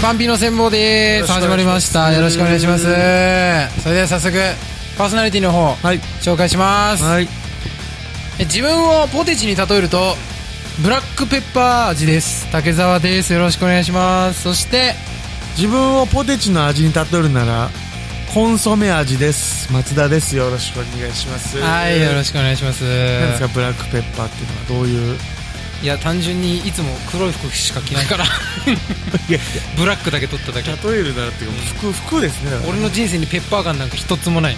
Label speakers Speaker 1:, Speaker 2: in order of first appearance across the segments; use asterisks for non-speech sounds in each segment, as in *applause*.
Speaker 1: パンピーの専門で
Speaker 2: よ
Speaker 1: す
Speaker 2: ろし
Speaker 1: 始
Speaker 2: くお
Speaker 1: ま
Speaker 2: 願いし
Speaker 1: りま
Speaker 2: ま
Speaker 1: し
Speaker 2: す
Speaker 1: たよろしくお願いしますそれでは早速パーソナリティの方
Speaker 2: はい
Speaker 1: 紹介します
Speaker 2: はい
Speaker 1: え自分をポテチに例えるとブラックペッパー味です竹澤ですよろしくお願いしますそして
Speaker 2: 自分をポテチの味に例えるならコンソメ味です松田ですよろしくお願いします
Speaker 1: はいよろしくお願いします
Speaker 2: 何ですかブラックペッパーっていうのはどういう
Speaker 1: いや単純にいつも黒い服しか着ない
Speaker 2: *laughs*
Speaker 1: からブラックだけ取っただけ
Speaker 2: 例えるならっていうか服服ですねだから
Speaker 1: 俺の人生にペッパー感なんか一つもない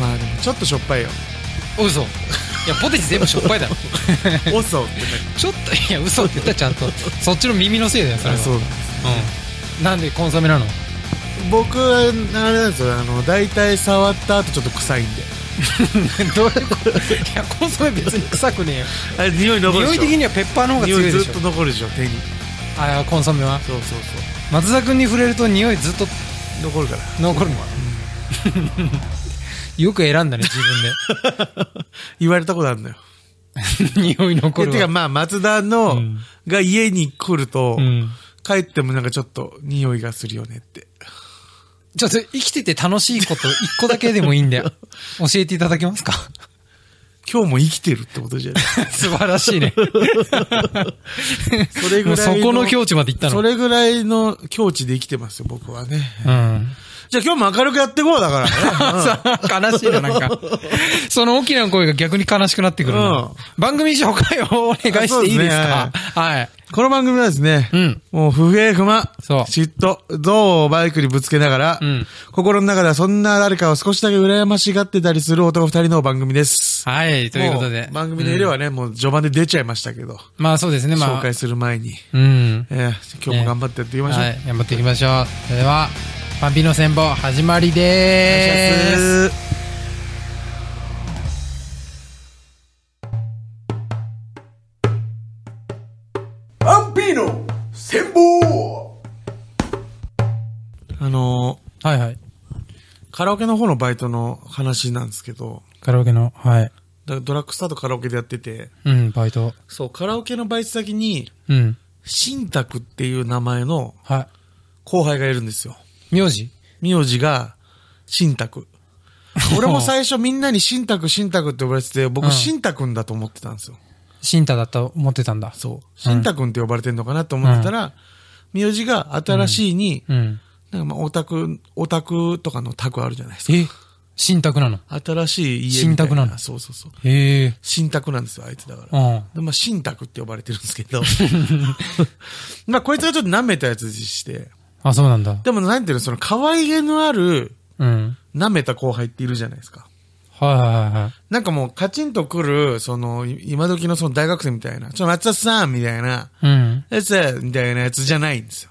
Speaker 2: まあでもちょっとしょっ *laughs* ぱいよ
Speaker 1: 嘘いやポテチ全部しょっぱいだろ
Speaker 2: オソって
Speaker 1: ちょっといや嘘って言ったちゃんとそっちの耳のせいだよそれ
Speaker 2: あ
Speaker 1: は
Speaker 2: そうだ
Speaker 1: うんなんでコンソメなの *laughs*
Speaker 2: 僕はあれなんですよあの大体触った後ちょっと臭いんで
Speaker 1: どういうこといやコンソメ別に臭くねえよ
Speaker 2: あれ匂い残るでし
Speaker 1: 匂い
Speaker 2: ょ
Speaker 1: 的にはペッパーの方が強い
Speaker 2: 匂
Speaker 1: で
Speaker 2: いずっ
Speaker 1: しょ
Speaker 2: と残るでしょ手に
Speaker 1: あコンソメは
Speaker 2: そうそう
Speaker 1: 松田君に触れると匂いずっと
Speaker 2: そう残るから
Speaker 1: 残
Speaker 2: *laughs*
Speaker 1: るのよく選んだね自
Speaker 2: 言われたことあるのよ *laughs*
Speaker 1: 分で匂い残
Speaker 2: え
Speaker 1: る
Speaker 2: てか
Speaker 1: わ
Speaker 2: まあ松田の、
Speaker 1: うん
Speaker 2: が家に来ると、
Speaker 1: うん
Speaker 2: 帰ってもなんかちょっと匂いがするよねって
Speaker 1: ちょっと生きてて楽しいこと一個だけでもいいん
Speaker 2: *laughs*
Speaker 1: だよ教えていただけますか
Speaker 2: 今日も生きてるってことじゃない
Speaker 1: 素晴ら *laughs* しいね
Speaker 2: *laughs* それ
Speaker 1: も
Speaker 2: ぐら
Speaker 1: うそ
Speaker 2: いの
Speaker 1: この境地まで行った
Speaker 2: そ
Speaker 1: の
Speaker 2: れぐらいの境地で生きてますよ僕はね
Speaker 1: うん
Speaker 2: *laughs* じゃあ今日も明るくやっていこうだから、ね
Speaker 1: 悲しいな、なんか。その大きな声が逆に悲しくなってくるな、
Speaker 2: うん
Speaker 1: 番組紹介をお願いしていいですか
Speaker 2: あそうで
Speaker 1: はい。
Speaker 2: *laughs* この番組はですね、
Speaker 1: うん
Speaker 2: もう不平不満、
Speaker 1: そう
Speaker 2: 嫉妬、憎悪をバイクにぶつけながら、
Speaker 1: うん
Speaker 2: 心の中ではそんな誰かを少しだけ羨ましがってたりする男二人の番組です。
Speaker 1: はい、ということで
Speaker 2: も。番組の色はね、もう序盤で出ちゃいましたけど、
Speaker 1: うんまあそうですね、ま
Speaker 2: 紹
Speaker 1: あ。
Speaker 2: 介する前に。
Speaker 1: うん。
Speaker 2: えー今日も頑張ってやっていきましょう。
Speaker 1: はい、頑張っていきましょう。それでは、パンピーの戦法、始まり
Speaker 2: お願い
Speaker 1: で
Speaker 2: し
Speaker 1: ーす。
Speaker 2: ます
Speaker 3: アンピーの戦法
Speaker 2: あの
Speaker 1: はいはい。
Speaker 2: ーカラオケの方のバイトの話なんですけど、
Speaker 1: カラオケの、はい。
Speaker 2: だドラッグスターとカラオケでやってて、
Speaker 1: うん、バイト。
Speaker 2: そう、カラオケのバイト先に、
Speaker 1: うん。
Speaker 2: 新宅っていう名前の
Speaker 1: は
Speaker 2: 後輩がいるんですよ。
Speaker 1: い。名字
Speaker 2: 名字が、新宅。俺も最初みんなに新宅、新宅って呼ばれてて、
Speaker 1: う
Speaker 2: 僕
Speaker 1: ん
Speaker 2: 新宅くんだと思ってたんですよ。
Speaker 1: シンタだったと思ってたんだ。
Speaker 2: そう。新宅くんって呼ばれてんのかなと思ってたら、名字が新しいに、
Speaker 1: うん。
Speaker 2: なんかまあオタク、オタクとかの宅あるじゃないですか。
Speaker 1: え新宅なの
Speaker 2: 新しい家みたい
Speaker 1: 新宅なの
Speaker 2: そうそうそう。
Speaker 1: へえ。
Speaker 2: 新宅なんですよ、あいつだから。
Speaker 1: うん。
Speaker 2: でまあ、新宅って呼ばれてるんですけど。 *laughs* まあ、こいつがちょっと舐めたやつでして。
Speaker 1: あ、そうなんだ。
Speaker 2: でも、なんていうの、その、可愛げのある、
Speaker 1: うん。
Speaker 2: 舐めた後輩っているじゃないですか。
Speaker 1: はいはいはいはい。
Speaker 2: なんかもう、カチンとくる、その、い今時のその大学生みたいな、ちょ、松田さんみたいな、
Speaker 1: うん。
Speaker 2: やつ、みたいなやつじゃないんですよ。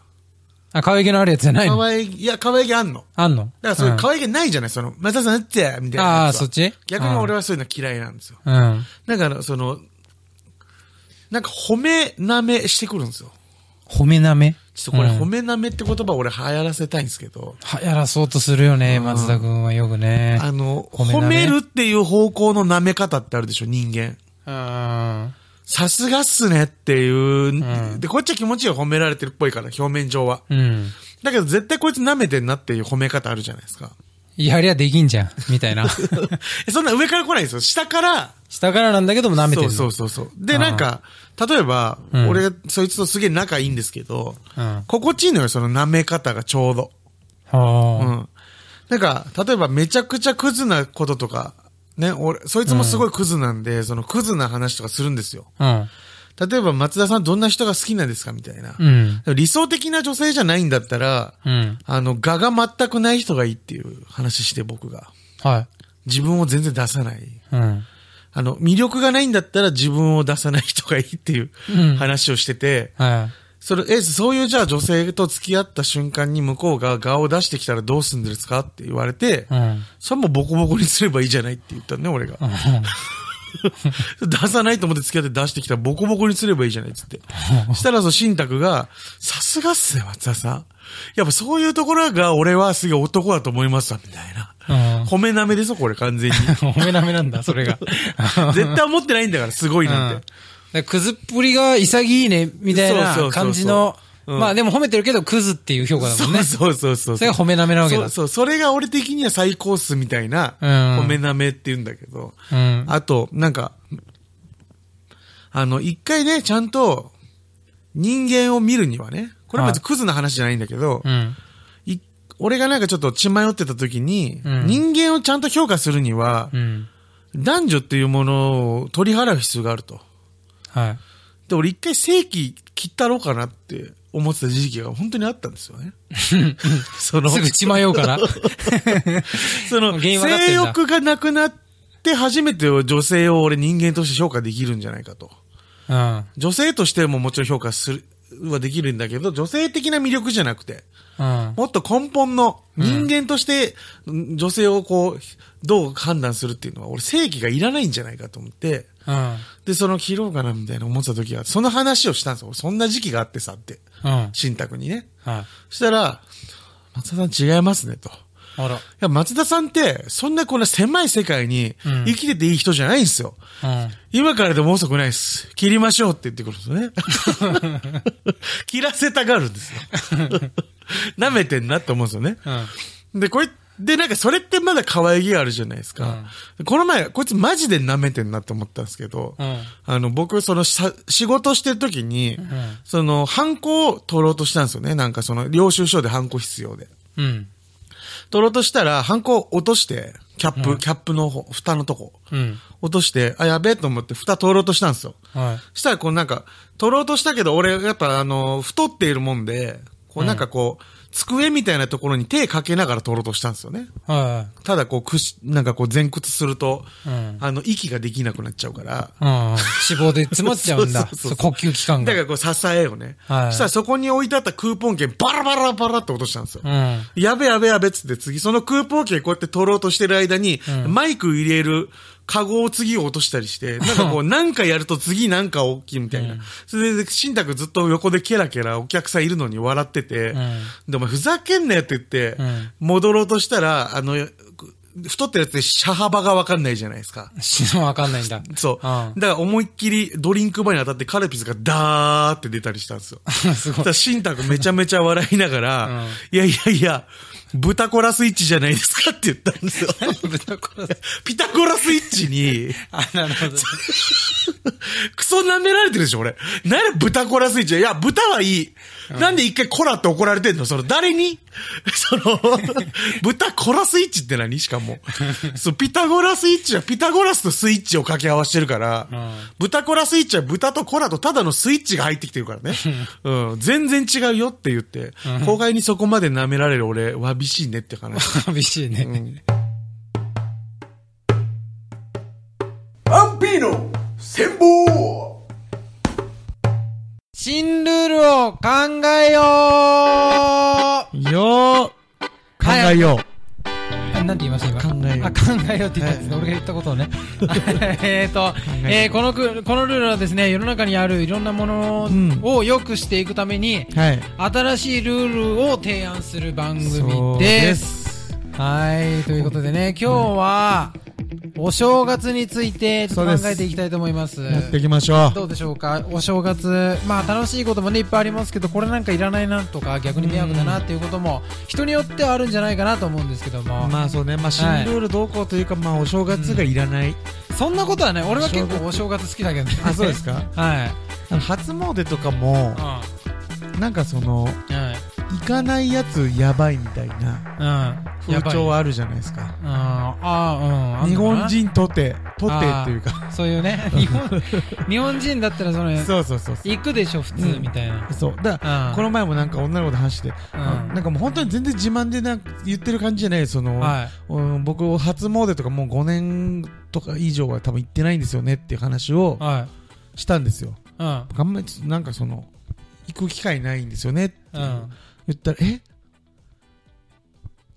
Speaker 1: あ、可愛げのあるやつじゃない
Speaker 2: 可
Speaker 1: の
Speaker 2: 愛げ、いや、可愛げあんの。
Speaker 1: あんの
Speaker 2: だから、そういう可
Speaker 1: 愛
Speaker 2: 愛げないじゃない、その、松田さんって、みたいなやつは。
Speaker 1: ああー、そっち
Speaker 2: 逆に俺
Speaker 1: は。
Speaker 2: はそういうの嫌いなんですよ。
Speaker 1: うん。
Speaker 2: だから、その、なんか、褒め舐めしてくるんですよ。
Speaker 1: 褒めなめ
Speaker 2: ちょっとこれ、
Speaker 1: うん
Speaker 2: 褒めなめって言葉俺流行らせたいんですけど、
Speaker 1: はやらそうとするよね、松田くんはよくね。
Speaker 2: あの、
Speaker 1: 褒め
Speaker 2: 褒
Speaker 1: なめ
Speaker 2: めるっていう方向の舐め方ってあるでしょ、人間。
Speaker 1: うん。
Speaker 2: さすがっすねっていう、で、こっちは気持ちいいよ褒められてるっぽいから、表面上は。
Speaker 1: うん。
Speaker 2: だけど絶対こいつ舐めてんなっていう褒め方あるじゃないです
Speaker 1: *laughs*
Speaker 2: か。
Speaker 1: やりゃできんじゃん、みた
Speaker 2: *laughs*
Speaker 1: いな。
Speaker 2: そんな上から来ないんですよ。下から、
Speaker 1: 下からなんだけども舐めてる
Speaker 2: そ
Speaker 1: の。
Speaker 2: うそうそうそう。で、なんか、例えば、
Speaker 1: うん
Speaker 2: 俺、そいつとすげえ仲いいんですけど、
Speaker 1: うん。は
Speaker 2: 心地いいのよ、その舐め方がちょうど。う
Speaker 1: あ。
Speaker 2: ん。なんか、例えばめちゃくちゃクズなこととか、ね、俺、そいつもすごいクズなんで、そのクズな話とかするんですよ。
Speaker 1: うん。
Speaker 2: 例えば松田さんどんな人が好きなんですかみたいな。
Speaker 1: うん。
Speaker 2: 理想的な女性じゃないんだったら、
Speaker 1: うん。
Speaker 2: あの、画が全くない人がいいっていう話して僕が。
Speaker 1: はい。
Speaker 2: 自分を全然出さない。
Speaker 1: うん。
Speaker 2: あの、魅力がないんだったら自分を出さない人がいいっていう
Speaker 1: うん
Speaker 2: 話をしてて、
Speaker 1: は
Speaker 2: それ、え、そういうじゃあ女性と付き合った瞬間に向こうが顔を出してきたらどうするんですかって言われて、
Speaker 1: い。うん。
Speaker 2: それもボコボコにすればいいじゃないって言ったね、俺が。出さないと思って付き合って出してきたらボコボコにすればいいじゃないっつって。したらその新宅が、さすがっすね、松田さん。やっぱそういうところが俺はすげえ男だと思いますわ、みたいな。 *laughs*
Speaker 1: うん。
Speaker 2: 褒め舐めですよ、これ完全に。
Speaker 1: 褒めなめなんだ、それが。
Speaker 2: 絶対思ってないんだから、すごいなんて。
Speaker 1: うんで。くずっぷりが潔いね、みたい
Speaker 2: そうそうそうそ
Speaker 1: な
Speaker 2: う
Speaker 1: 感じの
Speaker 2: うん
Speaker 1: まあでも褒めてるけど、クズっていう評価だもんね。
Speaker 2: そうそうそうそう。
Speaker 1: それが褒めなめなわけ
Speaker 2: そ
Speaker 1: だ
Speaker 2: う。そう、それが俺的には最高数みたいな、
Speaker 1: うん
Speaker 2: 褒めなめって言うんだけど、
Speaker 1: うん。
Speaker 2: あと、なんか、あの、一回ね、ちゃんと、人間を見るにはね、これは別にクズな話じゃないんだけど、
Speaker 1: うん。
Speaker 2: い俺がなんかちょっと血迷ってた時に、
Speaker 1: うん
Speaker 2: 人間をちゃんと評価するには、
Speaker 1: うん。
Speaker 2: 男女っていうものを取り払う必要があると。
Speaker 1: はい。
Speaker 2: で、俺一回正規切ったろうかなって思ってた時期が本当にあったんですよ
Speaker 1: *laughs*
Speaker 2: ね。その
Speaker 1: すぐ血迷
Speaker 2: *laughs*
Speaker 1: うから。
Speaker 2: その、
Speaker 1: 原因分かってんだ
Speaker 2: 性欲がなくなって初めて女性を俺人間として評価できるんじゃないかと。
Speaker 1: うん。
Speaker 2: 女性としてももちろん評価する、はできるんだけど、女性的な魅力じゃなくて、
Speaker 1: うん。
Speaker 2: もっと根本の人間としてうん女性をこう、どう判断するっていうのは、俺正義がいらないんじゃないかと思って、
Speaker 1: うん。
Speaker 2: で、その切ろうかなみたいな思ってた時は、その話をしたんですよ。俺そんな時期があってさって、
Speaker 1: うん。
Speaker 2: 新宅にね。
Speaker 1: はい。
Speaker 2: そしたら、松田さん違いますねと。
Speaker 1: あら。
Speaker 2: いや、松田さんって、そんなこんな狭い世界に
Speaker 1: うん
Speaker 2: 生きてていい人じゃないんですよ。
Speaker 1: うん。
Speaker 2: 今からでも遅くないです。切りましょうって言ってくるんですよね。 *laughs* 切らせたがるんですよ。舐めてんなって思うんですよね。
Speaker 1: うん。
Speaker 2: で、これ、で、なんかそれってまだ可愛げがあるじゃないですか。この前、こいつマジで舐めてんなって思ったんですけど、
Speaker 1: うん
Speaker 2: あの、僕、その、さ仕事してる時に、
Speaker 1: ん
Speaker 2: その、ハンコを取ろうとしたんですよね。なんかその、領収書でハンコ必要で。
Speaker 1: うん。
Speaker 2: 取ろうとしたら、ハンコ落として、キャップ、キャップの方、蓋のとこ、
Speaker 1: うん。
Speaker 2: 落として、あ、やべえと思って、蓋取ろうとしたんですよ。
Speaker 1: はい。
Speaker 2: したら、こうなんか、取ろうとしたけど、俺、やっぱあの、太っているもんで、こうなんかこう、机みたいなところに手かけながら取ろうとしたんですよね。
Speaker 1: は
Speaker 2: ただこう、くし、なんかこう、前屈すると、
Speaker 1: うん
Speaker 2: あの、息ができなくなっちゃうから、
Speaker 1: い。うん。脂肪で詰まっちゃうん
Speaker 2: *laughs*
Speaker 1: だ。
Speaker 2: そうそうそう
Speaker 1: そう呼吸器官が。
Speaker 2: だからこう、支えをね。
Speaker 1: はい
Speaker 2: したら、そこに置いてあったクーポン券、バラバラバラって落としたんですよ。
Speaker 1: うん。
Speaker 2: やべやべやべっつって次、そのクーポン券こうやって取ろうとしてる間に、マイク入れるカゴを次落としたり
Speaker 1: *laughs*
Speaker 2: して、なんかこう何かやると次なんか大きいみたいな。それで、新宅ずっと横でケラケラお客さんいるのに笑ってて、
Speaker 1: ん
Speaker 2: で、お前ふざけんなよって言って、
Speaker 1: うん
Speaker 2: 戻ろうとしたら、あの、太ってるやつって車幅がわかんないじゃないですか。
Speaker 1: 死のわかんないんだ。
Speaker 2: *laughs* そう。
Speaker 1: うん。
Speaker 2: だから思いっきりドリンクバーに当たってカルピスがダーって出たりしたんです
Speaker 1: *laughs*
Speaker 2: よ。
Speaker 1: す
Speaker 2: そ
Speaker 1: ご
Speaker 2: *laughs* した
Speaker 1: い。
Speaker 2: ら、新宅めちゃめちゃ笑いながら、い
Speaker 1: うん
Speaker 2: やいやいや、豚コラスイッチじゃないですかって言ったん
Speaker 1: *laughs*
Speaker 2: ですよ。
Speaker 1: 豚殺す。
Speaker 2: ピタコラスイッチに、
Speaker 1: あ、なる
Speaker 2: *laughs*
Speaker 1: ほど。
Speaker 2: クソ舐められてるでしょ、俺。なんで豚コラスイッチいや、豚はいい。なんで一回コラって怒られてんのその、誰に *laughs* その、豚コラスイッチって何しか *laughs* も。そう、ピタゴラスイッチはピタゴラスとスイッチを掛け合わせてるから、
Speaker 1: ん
Speaker 2: 豚コラスイッチは豚とコラとただのスイッチが入ってきてるから *laughs* ね。うん、全然違うよって言って、後輩にそこまで舐められる俺、わびしいねって話。
Speaker 1: *laughs* 寂しいね。
Speaker 3: アンピーノ戦法
Speaker 1: 新ルールを考えよ
Speaker 2: *laughs*
Speaker 1: う
Speaker 2: よー
Speaker 1: 考え
Speaker 2: よ
Speaker 1: あなんて言いました今。
Speaker 2: 考えよう
Speaker 1: あ、考えようって言ったんですね。俺が言ったことをね。 *laughs* えっと、えーこのく、このルールはですね、世の中にあるいろんなも
Speaker 2: ん
Speaker 1: のを良くしていくために、
Speaker 2: う。はい。
Speaker 1: 新しいルールを提案する番組
Speaker 2: そう
Speaker 1: で。
Speaker 2: です
Speaker 1: はい、ということでね、今日は、お正月についてちょっと考えていきたいと思います。
Speaker 2: やっていきましょう。
Speaker 1: どうでしょうかお正月、まあ楽しいこともね、いっぱいありますけど、これなんかいらないなとか、逆に迷惑だなっていうことも、人によってはあるんじゃないかなと思うんですけども。
Speaker 2: まあそうね、まあ新
Speaker 1: はい
Speaker 2: ルールどうこうというか、まあお正月がいらない。
Speaker 1: そんなことはね、俺は結構お正月好きだけどね。
Speaker 2: あ、そうです。か
Speaker 1: *laughs* はい。
Speaker 2: あの初詣とかも
Speaker 1: う、ん。は
Speaker 2: なんかその、
Speaker 1: い。
Speaker 2: 行かないやつやばいみたいな
Speaker 1: うん。
Speaker 2: 風
Speaker 1: やばい
Speaker 2: 潮はあるじゃないですか。
Speaker 1: うん。ああ、うん。
Speaker 2: 日本人とて、とて
Speaker 1: あー
Speaker 2: っていうか。
Speaker 1: そうい
Speaker 2: *laughs*
Speaker 1: うね、日本、日本人だったらその、
Speaker 2: そうそうそうそう。
Speaker 1: 行くでしょ、普通、みたいな。
Speaker 2: そう。だから
Speaker 1: うん
Speaker 2: この前もなんか女の子と話して、あなんかもう本当に全然自慢でなんか言ってる感じじゃない、その、
Speaker 1: はい。
Speaker 2: うん僕、初詣とかもう5年とか以上は多分行ってないんですよねっていう話を
Speaker 1: はい。
Speaker 2: したんですよ。
Speaker 1: うん。
Speaker 2: あんまりちょっとなんかその、行く機会ないんですよねって
Speaker 1: うん。
Speaker 2: 言ったら、え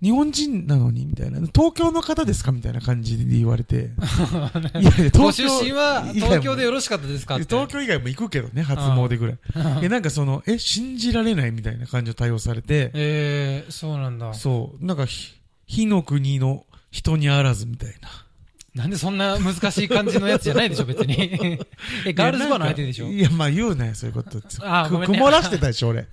Speaker 2: 日本人なのにみたいな。東京の方ですかみたいな感じで言われ
Speaker 1: *laughs*
Speaker 2: て。いやいや、
Speaker 1: ご
Speaker 2: 東
Speaker 1: 出
Speaker 2: 京。
Speaker 1: 身は
Speaker 2: 以外も
Speaker 1: 東京でよろしかったですかって。
Speaker 2: 東京以外も行くけどね、初詣ぐらい。え、なんかその、え、信じられないみたいな感じの対応されて、
Speaker 1: えー、そうなんだ。
Speaker 2: そう、なんかひ、火の国の人にあらずみたいな。
Speaker 1: なんでそんな難しい感じのやつじゃないでしょ、別 *laughs* に。え、ガールズバーの相手でしょ
Speaker 2: いや、まあ言うなよ、そういうこと。
Speaker 1: あーごめん
Speaker 2: く
Speaker 1: ね
Speaker 2: 曇らしてたでしょ、
Speaker 1: *laughs*
Speaker 2: 俺。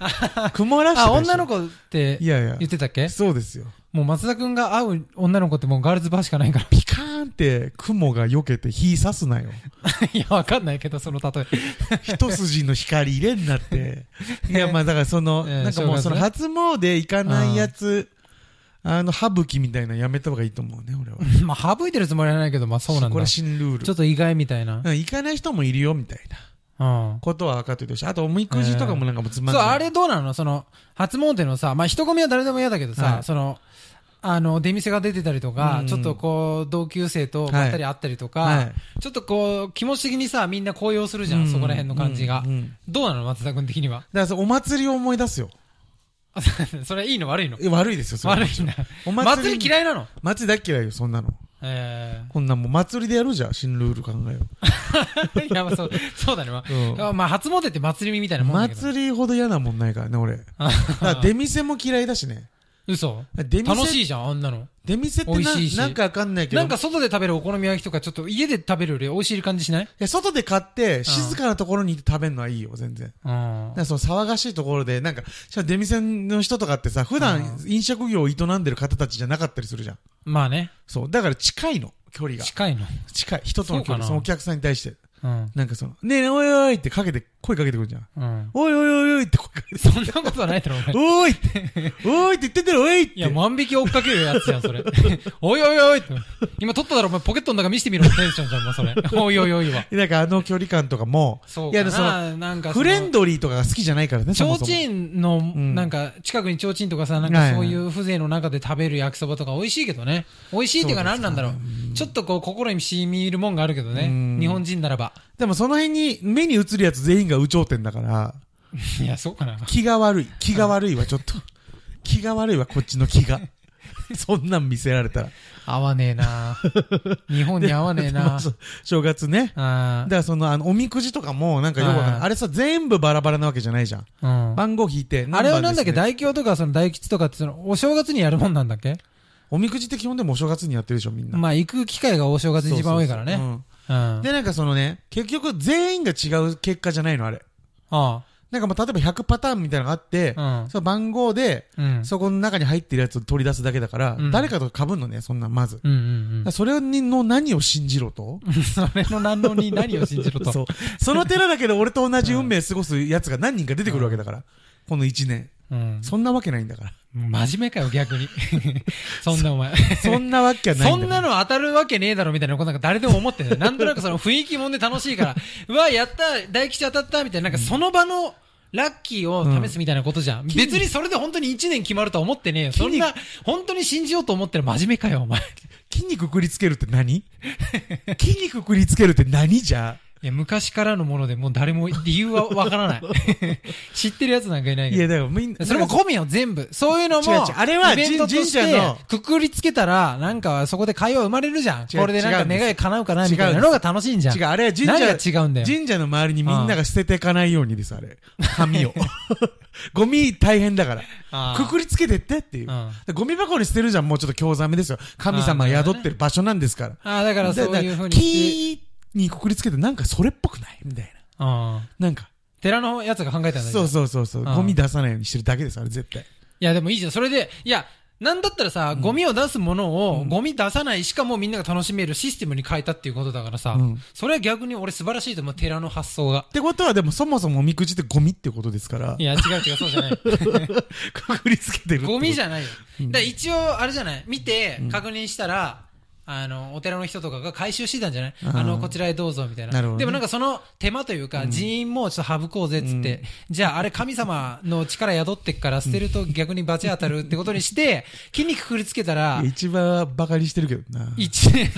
Speaker 2: 曇らしてたでし
Speaker 1: あ、
Speaker 2: ょ。
Speaker 1: 女の子って
Speaker 2: いやいや
Speaker 1: 言ってたっけ
Speaker 2: そうですよ。
Speaker 1: もう松田くんが会う女の子ってもうガールズバーしかないから。
Speaker 2: ピカーンって雲が避けて火刺すな
Speaker 1: *laughs*
Speaker 2: よ。
Speaker 1: いや、わかんないけど、その例え。
Speaker 2: 一筋の光入れんなって。いや、まあだからその、
Speaker 1: ええ
Speaker 2: なんかもうその
Speaker 1: 正
Speaker 2: 初詣行かないやつ、あの、歯吹きみたいなのやめた方がいいと思うね、俺は。
Speaker 1: *laughs* まあ、省いてるつもりはないけど、まあそうなん
Speaker 2: これ
Speaker 1: だ。
Speaker 2: は
Speaker 1: ち
Speaker 2: 新ルール。
Speaker 1: ょっと意外みたいな
Speaker 2: う。ん行かない人もいるよ、みたいな
Speaker 1: うん。
Speaker 2: ことは分かっておいてほしい。あと、おみくじとかもなんかもうつまん
Speaker 1: そう、
Speaker 2: ない。
Speaker 1: あれどうなのその、初詣のさ、まあ、人混みは誰でも嫌だけどさ、
Speaker 2: はい
Speaker 1: その、あの、出店が出てたりとか、
Speaker 2: うん
Speaker 1: ちょっとこう、同級生とばったり会ったりとか、
Speaker 2: はいはい
Speaker 1: ちょっとこう、気持ち的にさ、みんな高揚するじゃ
Speaker 2: う
Speaker 1: ん、
Speaker 2: ん
Speaker 1: そこら辺の感じが。
Speaker 2: うんうん
Speaker 1: どうなの松田君的には。
Speaker 2: だ
Speaker 1: *laughs*
Speaker 2: からそうお祭りを思い出すよ。
Speaker 1: あそれいいの悪いの
Speaker 2: え悪いですよ、それ
Speaker 1: 悪いな。
Speaker 2: お祭り
Speaker 1: 祭り嫌いなの
Speaker 2: 祭りだっ嫌いよ、そんなの。
Speaker 1: え
Speaker 2: こんなんもう祭りでやるじゃん、新ルール考えよ
Speaker 1: え *laughs* いや、まあそう、そうだね。ま
Speaker 2: うん
Speaker 1: あ、まあ、初詣って祭りみたいな
Speaker 2: う。
Speaker 1: もんだけど。
Speaker 2: 祭りほど嫌なもんないからね、
Speaker 1: *laughs*
Speaker 2: 俺。だから出店も嫌いだしね。
Speaker 1: 嘘
Speaker 2: 出店
Speaker 1: 楽しいじゃん、あんなの。
Speaker 2: 出店って
Speaker 1: 美味しいし
Speaker 2: ななんかわかんないけど。
Speaker 1: なんか外で食べるお好み焼きとか、ちょっと家で食べるより美味しい感じしない
Speaker 2: いや、外で買って、静かなところに行って食べるのはいいよ、全然。
Speaker 1: うん
Speaker 2: なん。かその騒がしいところで、なんか、しかも出店の人とかってさ、普段飲食業を営んでる方たちじゃなかったりするじゃん。
Speaker 1: まあね。
Speaker 2: そう。だから近いの、距離が。
Speaker 1: 近いの。
Speaker 2: 近い。人との距離。
Speaker 1: そうかな
Speaker 2: そのお客さんに対して。
Speaker 1: うん。
Speaker 2: なんかその、ねえねえ、おいおいってかけて、声かけてくるじゃん。 *laughs*
Speaker 1: うん。
Speaker 2: おいおいおいおいって声かけて。
Speaker 1: そんなことはないだろ、お前。
Speaker 2: おーいって、おーいって言ってんだろ、おいって。
Speaker 1: いや、万引き追っかけるやつじゃん、
Speaker 2: *laughs*
Speaker 1: それ。おいおいおいって。今取っただろ、お前ポケットの中見せてみろ、テンションじゃん、もうそれ。おいおいおいは。
Speaker 2: なんかあの距離感とかも、
Speaker 1: そう
Speaker 2: い
Speaker 1: か
Speaker 2: や、その、
Speaker 1: な。なんか
Speaker 2: フ
Speaker 1: その、
Speaker 2: レンドリーとかが好きじゃないからね、そもそも。
Speaker 1: 提灯の、
Speaker 2: ん
Speaker 1: なんか、近くに提灯とかさ、なん
Speaker 2: は
Speaker 1: か
Speaker 2: いはい
Speaker 1: そういう風情の中で食べる焼きそばとか美味しいけどね。美味しいっていうか
Speaker 2: そうです
Speaker 1: 何
Speaker 2: ね
Speaker 1: なんだろう。ちょっとこう、心に染み入るもんがあるけど
Speaker 2: うん
Speaker 1: ね。日本人ならば。
Speaker 2: でもその辺に、目に映るやつ全員が有頂天だ
Speaker 1: *laughs*
Speaker 2: から、
Speaker 1: いや、そうかな。
Speaker 2: 気が悪い。気が悪いはちょっと。気が悪いはこっちの
Speaker 1: *laughs*
Speaker 2: 気が。そんなん見せられたら。
Speaker 1: 合わねえ *laughs* な日本に合わねえ
Speaker 2: でも
Speaker 1: な
Speaker 2: そう正月ね。
Speaker 1: あ
Speaker 2: だからその、あの、おみくじとかも、なんかよくわかんな。
Speaker 1: はいい
Speaker 2: あれさ、全部バラバラなわけじゃないじゃん。
Speaker 1: あ。うん。
Speaker 2: 番号引いて、何
Speaker 1: あれはな
Speaker 2: 番
Speaker 1: ん
Speaker 2: です
Speaker 1: だっけ、
Speaker 2: ね
Speaker 1: 大凶とかその大吉とかってその、お正月にやるもんなんだっけ
Speaker 2: おみくじって基本でもお正月にやってるでしょ、みんな。
Speaker 1: まあ、行く機会がお正月に一番多いから
Speaker 2: そうそうそう
Speaker 1: ね。
Speaker 2: うん
Speaker 1: うん。
Speaker 2: で、なんかそのね、結局全員が違う結果じゃないの、あれ。
Speaker 1: あ
Speaker 2: なんかまあ、例えば100パターンみたいなのがあって、
Speaker 1: うん
Speaker 2: その番号で、
Speaker 1: あ。うん。
Speaker 2: そこの中に入ってるやつを取り出すだけだから、
Speaker 1: うん
Speaker 2: 誰かと被んのね、そんなん、まず。
Speaker 1: うんうん
Speaker 2: だからそれにの何を信じろ
Speaker 1: *laughs*
Speaker 2: と
Speaker 1: うん。それの何のに何を信じろと。
Speaker 2: *laughs* そう。その寺だけで俺と同じ運命過ごすやつが何人か出てくるわけだから。この1年。
Speaker 1: うん。
Speaker 2: そんなわけないんだから。
Speaker 1: 真面目かよ、逆 *laughs* に。 *laughs* そんなお前。
Speaker 2: そんなわけはない
Speaker 1: そ
Speaker 2: んだ
Speaker 1: ん
Speaker 2: か
Speaker 1: な
Speaker 2: ら。
Speaker 1: の当たるわけねえだろみたいなことなんか誰でも思 *laughs* ってんだよ。なんとなくその雰囲気もんで楽しいから、うわ、やった、大吉当たったみたいな、なんかその場のラッキーを試すみたいなことじゃん。別にそれで本当に1年決まるとは思ってねえよ。そんな、本当に信じようと思ってる真面目かよ、お前。い
Speaker 2: 筋肉くりつけるって何 *laughs* 筋肉くりつけるって何じゃ
Speaker 1: や、昔からのものでもう誰も理由はわからない。 *laughs* 知ってるやつなんかいな
Speaker 2: い
Speaker 1: いけ
Speaker 2: や、
Speaker 1: ど。
Speaker 2: だからみんな。
Speaker 1: それも込みよ、全部。そういうのも、
Speaker 2: 違う違うあれは
Speaker 1: イベントと
Speaker 2: 神
Speaker 1: し
Speaker 2: 神社の
Speaker 1: て、くくりつけたら、なんかそこで会話生まれるじゃん。
Speaker 2: 違う
Speaker 1: これでなん
Speaker 2: 違う
Speaker 1: か
Speaker 2: んです
Speaker 1: 願い叶うかな、みたいなのが楽しいんじゃん。
Speaker 2: 違う、あれは神社。
Speaker 1: 何が違うんだよ
Speaker 2: 神社の周りにみんなが捨てていかないようにです、あれ。紙
Speaker 1: *laughs*
Speaker 2: を。ゴミ大変だから
Speaker 1: あ。ー
Speaker 2: くくりつけてってっていう
Speaker 1: うん。
Speaker 2: でゴミ箱に捨てるじゃん、もうちょっと興ざめですよ。神様宿ってる場所なんですから。
Speaker 1: ああ、だからそういうふうに
Speaker 2: キ
Speaker 1: して。
Speaker 2: ーにくくりつけて、なんかそれっぽくないみたいな。
Speaker 1: うん。
Speaker 2: なんか。
Speaker 1: 寺のやつが考えたんだけど。
Speaker 2: そうそうそうそう。
Speaker 1: うん
Speaker 2: ゴミ出さないようにしてるだけです、あれ絶対。
Speaker 1: いや、でもいいじゃん。それで、いや、なんだったらさ、ゴミを出すものを、ゴミ出さないしかもみんなが楽しめるシステムに変えたっていうことだからさ、
Speaker 2: うん
Speaker 1: それは逆に俺素晴らしいと思う、寺の発想が
Speaker 2: っ。てことは、でもそもそもおみくじってゴミってことですから
Speaker 1: い、や、違う違う、そうじゃない。
Speaker 2: くくりつけてるってこと。
Speaker 1: ゴミじゃないよ。だから一応、あれじゃない見て、確認したら、あの、お寺の人とかが回収してたんじゃない
Speaker 2: あー
Speaker 1: あの、こちらへどうぞ、みたいな。
Speaker 2: なるほどね
Speaker 1: でもなんかその手間というか、人員もちょっと省こうぜ、つって。じゃあ、あれ神様の力宿ってっから捨てると逆にバチ当たるってことにして、筋肉くりつけたら
Speaker 2: いや、一番バカにしてるけどな。
Speaker 1: 一年、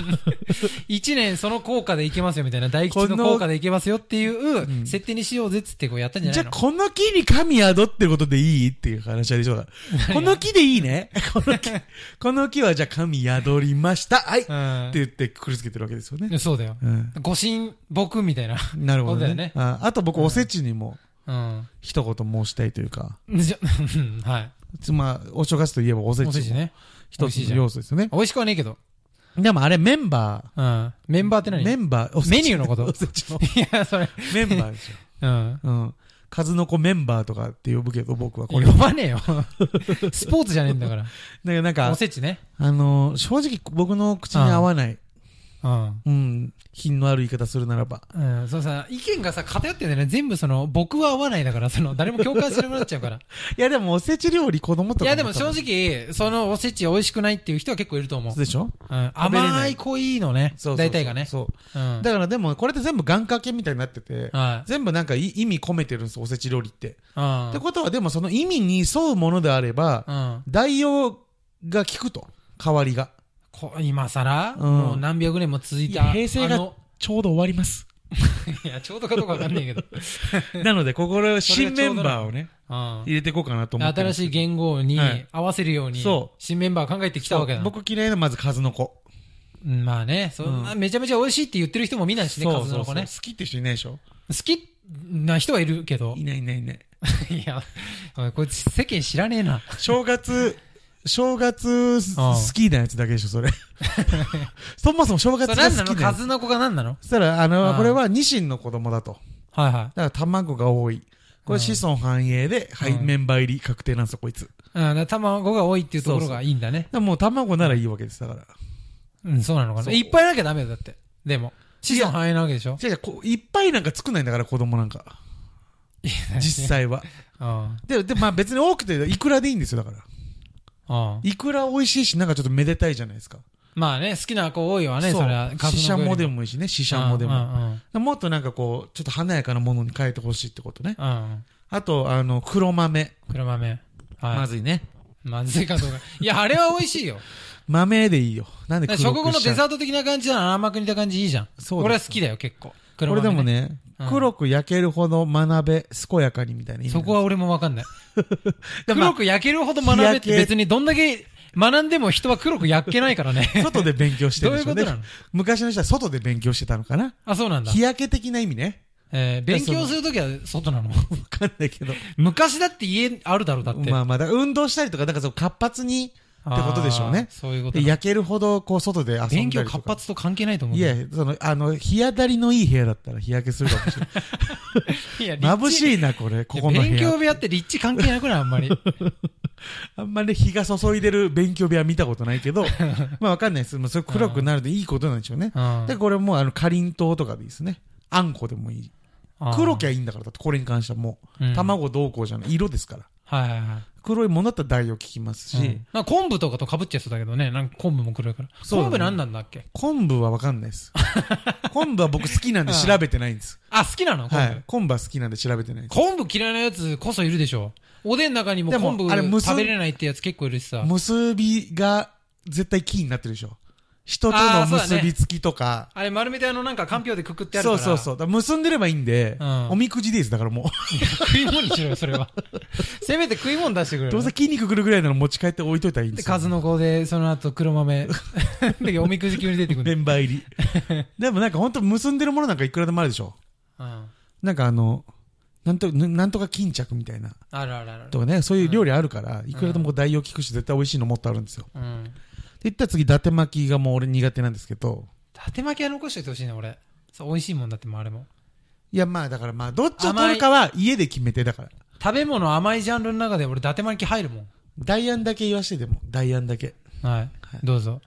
Speaker 1: 一年その効果でいけますよ、みたいな。大吉の効果でいけますよっていう、設定にしようぜ、つってこうやったんじゃ
Speaker 2: じゃ
Speaker 1: ない
Speaker 2: あ、
Speaker 1: の
Speaker 2: この木に神宿ってことでいいっていう話ありそうだ。この木でいいね *laughs* この木。この木はじゃあ神宿りました。はい、
Speaker 1: ん
Speaker 2: って言ってくくりつけてるわけですよね。
Speaker 1: そうだよ
Speaker 2: うん。
Speaker 1: ご神、僕みたいな。
Speaker 2: なるほ
Speaker 1: こと
Speaker 2: ど
Speaker 1: だよ
Speaker 2: ね
Speaker 1: ね。。
Speaker 2: ああと僕、おせちにも
Speaker 1: うん。
Speaker 2: 一言申したいというか、
Speaker 1: じゃ、うんはい。
Speaker 2: つまあ、お正月といえばおせ
Speaker 1: お寿司
Speaker 2: ちも
Speaker 1: ね。
Speaker 2: 一つの要素ですよね。
Speaker 1: 美味しくはねえけど。
Speaker 2: でもあれメンバ
Speaker 1: うん。メンバーって
Speaker 2: ー、
Speaker 1: 何
Speaker 2: メンバー、おせち
Speaker 1: メニューのこと
Speaker 2: おせちの
Speaker 1: いや、それ。
Speaker 2: メンバーですよ。
Speaker 1: うん。
Speaker 2: うん。数の子メンバーとかって呼ぶけど、僕はこ
Speaker 1: 呼
Speaker 2: れ。だ
Speaker 1: ばね
Speaker 2: *laughs*
Speaker 1: えよ。スポーツじゃねえんだから。
Speaker 2: からなん
Speaker 1: お
Speaker 2: か、
Speaker 1: せちね。
Speaker 2: あのー、正直僕の口に合わない、
Speaker 1: うん。
Speaker 2: うん、品のある言い方するならば。
Speaker 1: うん、そうさ、意見がさ、偏ってんだよね。全部その、僕は合わないだから、その、誰も共感しなくなっちゃ
Speaker 2: *laughs*
Speaker 1: うから。
Speaker 2: いやでもおせち料理子供とか。
Speaker 1: いや、でも正。直、そのおせち美味しくないっていう人は結構いると思う
Speaker 2: そう。でしょ
Speaker 1: うん、
Speaker 2: 食べれな
Speaker 1: 甘
Speaker 2: い
Speaker 1: い濃いのね。
Speaker 2: そうそうそう
Speaker 1: 大体がね。
Speaker 2: そう。
Speaker 1: うん。
Speaker 2: だからでも、これって全部願掛けみたいになってて、
Speaker 1: はい
Speaker 2: 全部なんかい意味込めてるんです、おせち料理って。
Speaker 1: うん。
Speaker 2: ってことは、でもその意味に沿うものであれば、
Speaker 1: うん。
Speaker 2: 代用が効くと。代わりが。
Speaker 1: こ今更、
Speaker 2: うん
Speaker 1: もう何百年も続い
Speaker 2: い
Speaker 1: た。
Speaker 2: や平成が
Speaker 1: あの
Speaker 2: ちょうど終わり *laughs* ます。
Speaker 1: いや、ちょうどかどうかわかんないけど。
Speaker 2: なので、ここで
Speaker 1: 新
Speaker 2: 新
Speaker 1: メ
Speaker 2: メ
Speaker 1: ン
Speaker 2: ン
Speaker 1: バ
Speaker 2: バーをね、
Speaker 1: うん。
Speaker 2: 入れていこうかなと思って。
Speaker 1: 新しい
Speaker 2: ー
Speaker 1: 言語に
Speaker 2: はい
Speaker 1: 合わせるように、
Speaker 2: そう
Speaker 1: 新メンバー考えてきたわけだ。
Speaker 2: 僕嫌いな、まず数の子。
Speaker 1: うんまあね、そんな、
Speaker 2: う
Speaker 1: めちゃめちゃ美味しいって言ってる人も見ないしね、数の子
Speaker 2: 好
Speaker 1: ね。
Speaker 2: きって人いないでしょ
Speaker 1: 好きな人はいるけど
Speaker 2: い。ないいないいない。
Speaker 1: *laughs* いや、おいこいつ世間知らねえな。
Speaker 2: 正 *laughs* 月、正月す
Speaker 1: うん
Speaker 2: 好きなやつだけでしょ、それ。 *laughs* そもそも正月
Speaker 1: それ
Speaker 2: が
Speaker 1: 何な
Speaker 2: 好
Speaker 1: の
Speaker 2: きなやつ。
Speaker 1: 数の子が何なの
Speaker 2: そしたら、あ
Speaker 1: う
Speaker 2: の、
Speaker 1: ん
Speaker 2: これはニシンの子供だと。
Speaker 1: はいは
Speaker 2: だから卵が多い。これ子孫繁栄で、はい、
Speaker 1: うん
Speaker 2: メンバー入り確定なんですよ、こいつ。だか
Speaker 1: い。うん、だから卵が多いっていうところがいいんだね。
Speaker 2: らもう卵ならいいわけです、だから。
Speaker 1: うん、そうなのかな。
Speaker 2: そう
Speaker 1: いっぱいなきゃダメだよ、だって。でも。子孫繁栄なわけでしょ
Speaker 2: じゃこういっぱいなんか作んないんだから、子供なんか。実。際は。
Speaker 1: うん。
Speaker 2: で、で、まあ別に多くて、いくらでいいんですよ、だから。
Speaker 1: うん。
Speaker 2: いくら美味しいし、なんかちょっとめでたいじゃないですか。
Speaker 1: まあね、好きな子多いわね、
Speaker 2: そう
Speaker 1: それは。
Speaker 2: シシャモで
Speaker 1: も、
Speaker 2: もいいしね、シ
Speaker 1: シ
Speaker 2: シャモで
Speaker 1: う
Speaker 2: も。
Speaker 1: ん
Speaker 2: もっとなんかこう、ちょっと華やかなものに変えてほしいってことね。
Speaker 1: うんうん。うん。
Speaker 2: あと、あの、黒豆。
Speaker 1: 黒豆。はい。
Speaker 2: まずいね。
Speaker 1: *laughs* まずいかどうか。いや、あれは美味しいよ。
Speaker 2: 豆でいいよ。なん *laughs* で
Speaker 1: だ
Speaker 2: 黒
Speaker 1: か
Speaker 2: くしちゃう
Speaker 1: ら食後のデザート的な感じなの甘く煮た感じいいじゃん。
Speaker 2: そうです
Speaker 1: 俺は好きだよ、結構。黒
Speaker 2: これ
Speaker 1: 豆
Speaker 2: でも。ね、
Speaker 1: うん
Speaker 2: 黒く焼けるほど学べ、健やかにみたいな意味な
Speaker 1: そ
Speaker 2: んです
Speaker 1: こは俺もわかんない。
Speaker 2: *laughs* でまあ
Speaker 1: 黒く焼けるほど学べっ
Speaker 2: 日焼
Speaker 1: て
Speaker 2: け
Speaker 1: 別にどんだけ学んでも人は黒く焼けないからね。
Speaker 2: 外で勉強 *laughs* してるんでしょうね。
Speaker 1: どういうことなの
Speaker 2: 昔の人は外で勉強してたのかな
Speaker 1: あ、そうなんだ
Speaker 2: 日。焼け的な意味ね。
Speaker 1: えー勉強するときは
Speaker 2: *laughs*
Speaker 1: 外なの。
Speaker 2: わかんないけど。
Speaker 1: 昔だって家あるだろ、だって。
Speaker 2: まあまあ、だから運動したりとか、だからそう活発にってことでしょうね
Speaker 1: あー。そういうこと
Speaker 2: で
Speaker 1: だ。
Speaker 2: 焼けるほど、こう、外で遊んだりとか。
Speaker 1: 勉強活発と関係ないと思う
Speaker 2: い
Speaker 1: けど。
Speaker 2: や、その、あの、日当たりのいい部屋だったら日焼けするかもしれ
Speaker 1: *laughs*
Speaker 2: ない。
Speaker 1: いや、
Speaker 2: 眩
Speaker 1: い。
Speaker 2: しいな、これ、ここの部
Speaker 1: 勉強
Speaker 2: 屋。
Speaker 1: 部屋って立地関係なくないあん
Speaker 2: *laughs*
Speaker 1: まり。
Speaker 2: あんまり日が注いでる勉強部屋見たことないけ
Speaker 1: *laughs*
Speaker 2: ど、まあわかんないです。まあそれ黒くなるでいいことなんでしょうね。
Speaker 1: うん
Speaker 2: で、これもう、あの、かりんとうとかでいいですね。あんこでもいい。黒きゃいいんだから、だってこれに関してはもう、
Speaker 1: うん
Speaker 2: 卵どうこうじゃない。色ですから。
Speaker 1: はいはいはい。
Speaker 2: 黒いものだったら代用効きますし、
Speaker 1: うんなんか昆布とかと被っちゃいそうだけどね。なんか昆布も黒いから。
Speaker 2: そうだね
Speaker 1: 昆布何なんだっけ
Speaker 2: 昆布はわかんない
Speaker 1: *laughs*
Speaker 2: です。昆布は僕好きなんで調べてないんです。
Speaker 1: あ、好きなの
Speaker 2: は
Speaker 1: 昆
Speaker 2: い。昆布は好きなんで調べてないです。
Speaker 1: 布。昆布嫌いなやつこそいるでしょ。おでんの中にも
Speaker 2: でも
Speaker 1: 昆布
Speaker 2: あれむす
Speaker 1: 食べれないってやつ結構いるしさ。
Speaker 2: 結びが絶対キーになってるでしょ。人と
Speaker 1: あー
Speaker 2: の
Speaker 1: そうだね
Speaker 2: 結びつきとか。
Speaker 1: あれ丸めてあのなんかかんぴょうでくくってあるか
Speaker 2: そう
Speaker 1: ら。。
Speaker 2: そうそうう。だから結んでればいいんで、
Speaker 1: うん
Speaker 2: おみくじでいいです。だからも
Speaker 1: *laughs* 食い物にしろよ、それは。せめて食い物出してくれ
Speaker 2: う。
Speaker 1: よ。
Speaker 2: どうせ筋肉くるぐらいなら持ち帰って置いといたらいいんで
Speaker 1: です
Speaker 2: よ。
Speaker 1: 数の子で、その後黒豆。 *laughs* で、おみくじ急に出てく
Speaker 2: *laughs* メ
Speaker 1: る。
Speaker 2: ンバー
Speaker 1: *laughs*
Speaker 2: 入り。でもなんか本当結んでるものなんかいくらでもあるでしょ。
Speaker 1: うん。
Speaker 2: なんかあの、なんと、なんとか巾着みたいな。
Speaker 1: あるあるある。
Speaker 2: とかね、そういう料理あるから、いくらでも代用効くし、絶対美味しいのもっとあるんですよ。
Speaker 1: うん。
Speaker 2: って言ったら次、伊達巻きがもう俺苦手なんですけど、
Speaker 1: 縦巻きは残しておいてほしいな、俺。そう、美味しいもんだって、もうあれも。
Speaker 2: いや、まあだからまあ、どっちを取るかは家で決めて、だから。
Speaker 1: 食べ物甘いジャンルの中で俺、縦巻き入るもん。
Speaker 2: 大安だけ言わしてでも、大安だけ。
Speaker 1: はい。どうぞ。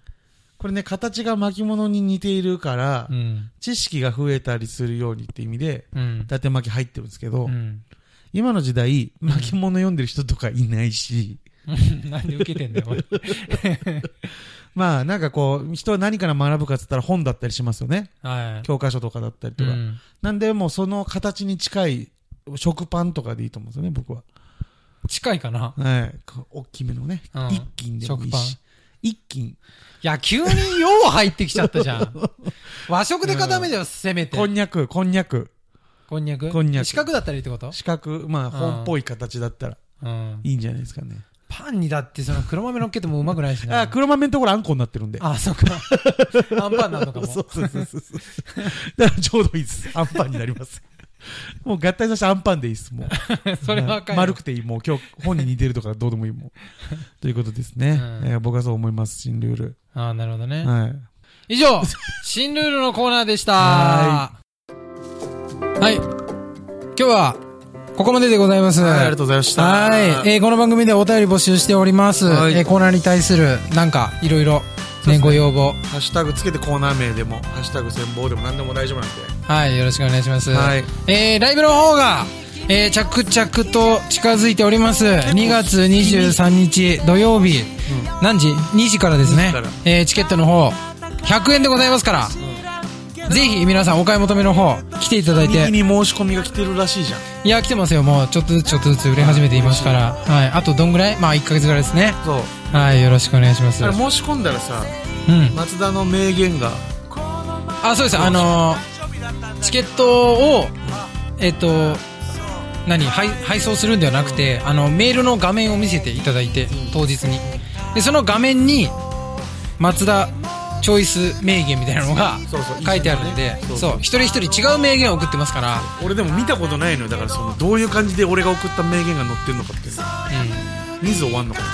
Speaker 2: これね、形が巻物に似ているから、
Speaker 1: うん。
Speaker 2: 知識が増えたりするようにって意味で、
Speaker 1: うん
Speaker 2: 伊。達巻き入ってるんですけど、
Speaker 1: うん。 *laughs*
Speaker 2: 今の時代、巻物読んでる人とかいないし、
Speaker 1: なんで受けてんだよ、俺。
Speaker 2: まあなんかこう、人は何から学ぶかっつったら本だったりしますよね。
Speaker 1: はい。
Speaker 2: 教科書とかだったりとか。
Speaker 1: うん
Speaker 2: なんで、もうその形に近い食パンとかでいいと思うんですよね、僕は。
Speaker 1: 近いかな。
Speaker 2: はい。こう大きめのね。
Speaker 1: うん
Speaker 2: 一斤でもいい
Speaker 1: 食パン
Speaker 2: し。一斤。
Speaker 1: いや、急によう入ってきちゃったじ
Speaker 2: *laughs*
Speaker 1: ゃん。和食で固めだよ、せめて。
Speaker 2: こんにゃく、こんにゃく。
Speaker 1: こんにゃく
Speaker 2: こんにゃく
Speaker 1: 四角だったらいいってこと
Speaker 2: 四角、まあ、本っぽい形だったら
Speaker 1: うん。
Speaker 2: いいんじゃないですかね。
Speaker 1: パンにだって、その黒豆乗っけてもうまくないしな。
Speaker 2: あ、黒豆のところあんこになってるんで。
Speaker 1: あ、そっか。
Speaker 2: *laughs*
Speaker 1: アンパンなのかも。
Speaker 2: そうそうそう *laughs* そう。だからちょうどいいです。あんパンになります。 *laughs* もう合体させてあんパンでいいです、 *laughs* もう。
Speaker 1: それはわかる。
Speaker 2: 丸くていい、もう今日本に似てるとかどうでもいいもん。ということですね。
Speaker 1: うん
Speaker 2: えー僕はそう思います、新ルール。
Speaker 1: ああ、なるほどね。
Speaker 2: はい。
Speaker 1: 以上、新ルールのコーナーでした。
Speaker 4: は
Speaker 1: はい。今日は、ここまででございます。
Speaker 2: はいありがとうございました。
Speaker 1: はい。えーこの番組ではお便り募集しております。
Speaker 2: はい
Speaker 1: えーコーナーに対する、なんか、いろいろ、
Speaker 2: うですね
Speaker 1: ね、ご要望。
Speaker 2: ハッシュタグつけてコーナー名でも、ハッシュタグ戦法でも何でも大丈夫なんで。
Speaker 1: はい。よろしくお願いします。
Speaker 2: はい
Speaker 1: えーライブの方が、えー着々と近づいております。2月23日土曜日、何時 ?2 時からです
Speaker 2: 2
Speaker 1: ね
Speaker 2: 時から。
Speaker 1: えーチケットの方、100円でございますから、ぜひ皆さんお買い求めの方、来ていただいて
Speaker 2: 右。に申し込みが来てるらしいじゃん。
Speaker 1: いや、来てますよ。もう、ちょっとずつちょっとずつ売れ始めていますから。はい。あと、どんぐらいまあ、1ヶ月ぐらいですね。
Speaker 2: そう。
Speaker 1: はい。よろしくお願いします。
Speaker 2: あれ
Speaker 1: う
Speaker 2: 申し込んだらさ、
Speaker 1: ん。
Speaker 2: 松田の名言が、
Speaker 1: あ、そうです。あのーチケットを、えっと、何配配送するんではなくて、あの、メールの画面を見せていただいて、当日に。で、その画面に、松田チョイス名言みたいなのが
Speaker 2: そうそう
Speaker 1: 書いてあるんで
Speaker 2: 一緒に、ね
Speaker 1: そう、一人一人違う名言を送ってますから、
Speaker 2: 俺でも見たことないのよ。だからその、どういう感じで俺が送った名言が載ってるのかっていうの。水終わんのかな、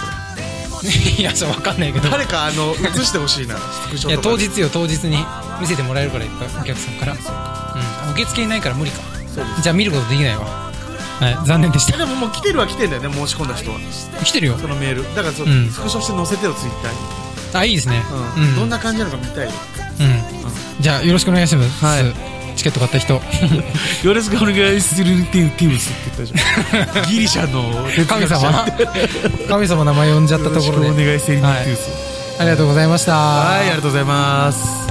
Speaker 2: こ
Speaker 1: *laughs* いや、そう、わかんないけど
Speaker 2: れ。。誰か、あの、映してほしいな、スクシ
Speaker 1: い
Speaker 2: ョ
Speaker 1: や
Speaker 2: とか
Speaker 1: 当
Speaker 2: で。
Speaker 1: 日よ当日に見せてもらえるからいっぱいお客さんから、うん、受付いないから無理か
Speaker 2: そうで
Speaker 1: じゃあ見ることできないわはい残念でし
Speaker 2: す。でももう来てるは来てんだよね、申し込んだ人は。
Speaker 1: *laughs* た来てるよ
Speaker 2: そのメール。だからそ、
Speaker 1: うん
Speaker 2: スクショして載せてよ、ツイッターに。
Speaker 1: あいいですね
Speaker 2: う
Speaker 1: うんん、
Speaker 2: どんな感じなのか見たいよ。
Speaker 1: うん、じゃあよろしくお願いします、
Speaker 2: はい
Speaker 1: チケット買った *laughs* 人
Speaker 2: よろしくお願いするティティムスって言ったじゃん。ギリシャの
Speaker 1: 神様神様の名前呼んじゃったところで
Speaker 2: いセリ
Speaker 1: はいありがとうございました
Speaker 2: はい、ありがとうございます。